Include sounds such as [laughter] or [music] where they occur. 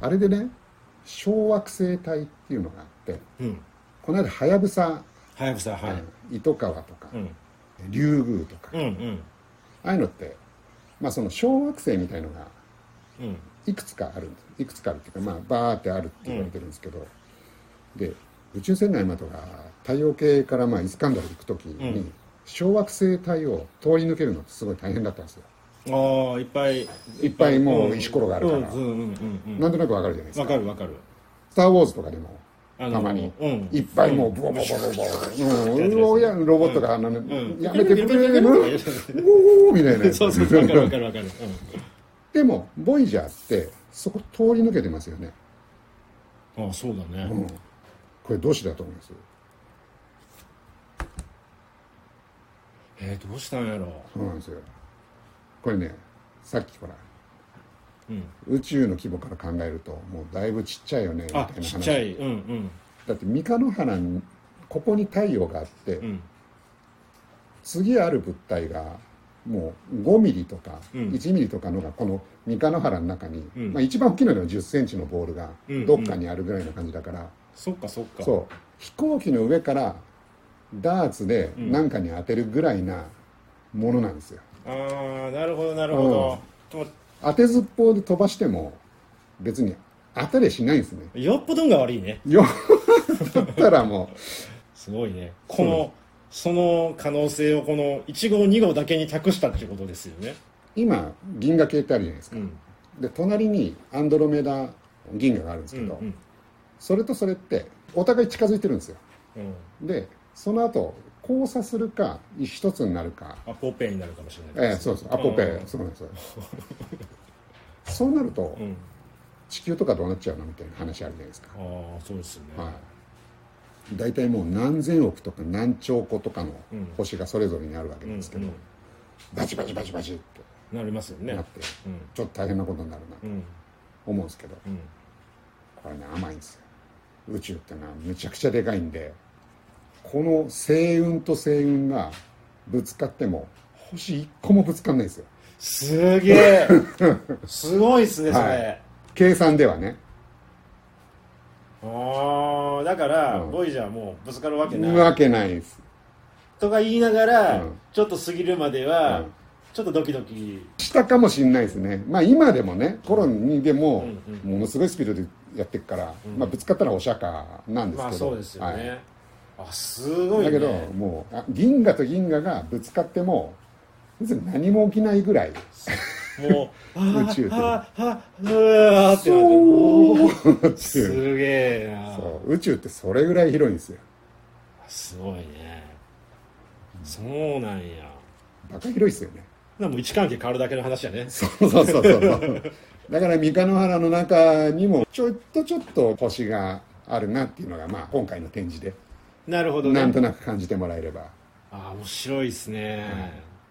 あれでね小惑星帯っていうのがあってうんこの間はやぶさはやぶさはい、糸川とか、うん、リュウグウとか、うんうんああいうのって、まあ、その小惑星みたいのがうんいくつかあるんですいくつかあるっていうか、まあ、バーってあるって言われてるんですけど、で宇宙船内マトが太陽系からまあイスカンダル行く時に、うん小惑星帯を通り抜けるのってすごい大変だったんですよああいっぱいいっぱいもう石ころがあるからうんうんうんうんなんとなくわかるじゃないですわかかるわかるスター・ウォーズ」とかでもあのたまに、うんいっぱいもうボボボボボボ、うん、うおやロボットがあの、うんやめてくれるうのんおーみたいなやつ [laughs] そうそうわかるわかるわかるでもボイジャーってそこ通り抜けてますよね、うんああそうだね、うん、これどうしてだと思いますえー、どうしたんやろそうなんですよこれねさっきほらう、うん、宇宙の規模から考えるともうだいぶちっちゃいよねみたいなあ話ちっちゃいうんだって三日野原にここに太陽があって、うんうん次ある物体がもう5ミリとかうん1ミリとかのがこの三日野原の中に、うんまあ、一番大きいのでは1 0ンチのボールがうんどっかにあるぐらいの感じだから、そっかそっかそう飛行機の上からダーツで何かに当てるぐらいなものなんですよ、ああなるほどなるほど、と当てずっぽうで飛ばしても別に当たりゃしないんですねよっぽど運が悪いねよ [laughs] だったらもすごいねこのその可能性をこの1号2号だけに託したっていうことですよねう今銀河系ってあるじゃないですうかんで隣にアンドロメダ銀河があるんですうけんど、うんそれとそれってお互い近づいてるんですようんでその後交差するか一つになるかアポペイになるかもしれないええそうそうアポペそうなんですよそうなると、うん地球とかどうなっちゃうのみたいな話あるじゃないですか、ああそうですね、はい、大体もう何千億とか何兆個とかのうん星がそれぞれにあるわけうんですけど、うんバチバチバチバチってなりますよねなってうんちょっと大変なことになるなとうん思うんですけど、うんこれね甘いんですよ宇宙ってのはめちゃくちゃでかいんでこの星雲と星雲がぶつかっても星1個もぶつかんないんですよすげ [laughs] えすごいっすねそれ、はい計算ではねああだから、うんボイジャーもうぶつかるわけない、わけないですとか言いながら、うんちょっと過ぎるまでは、うんちょっとドキドキしたかもしれないですねまあ今でもねコロニでもうんものすごいスピードでやってくから、んまあ、ぶつかったらお釈迦なんですまあけど、そうですよね、はいあすごいだねけどもうあ銀河と銀河がぶつかっても別に何も起きないぐらいもう宇宙ではあはあうわーってなっておーそうっていうすげえなそう宇宙ってそれぐらい広いんですよすごいねそうなんやだかバカ広いですよねらもう位置関係変わるだけの話やねそうそうそうそうだから三日野原の中にもちょっとちょっと星があるなっていうのが、まあ、今回の展示でなるほどねなんとなく感じてもらえればあー面白いですね、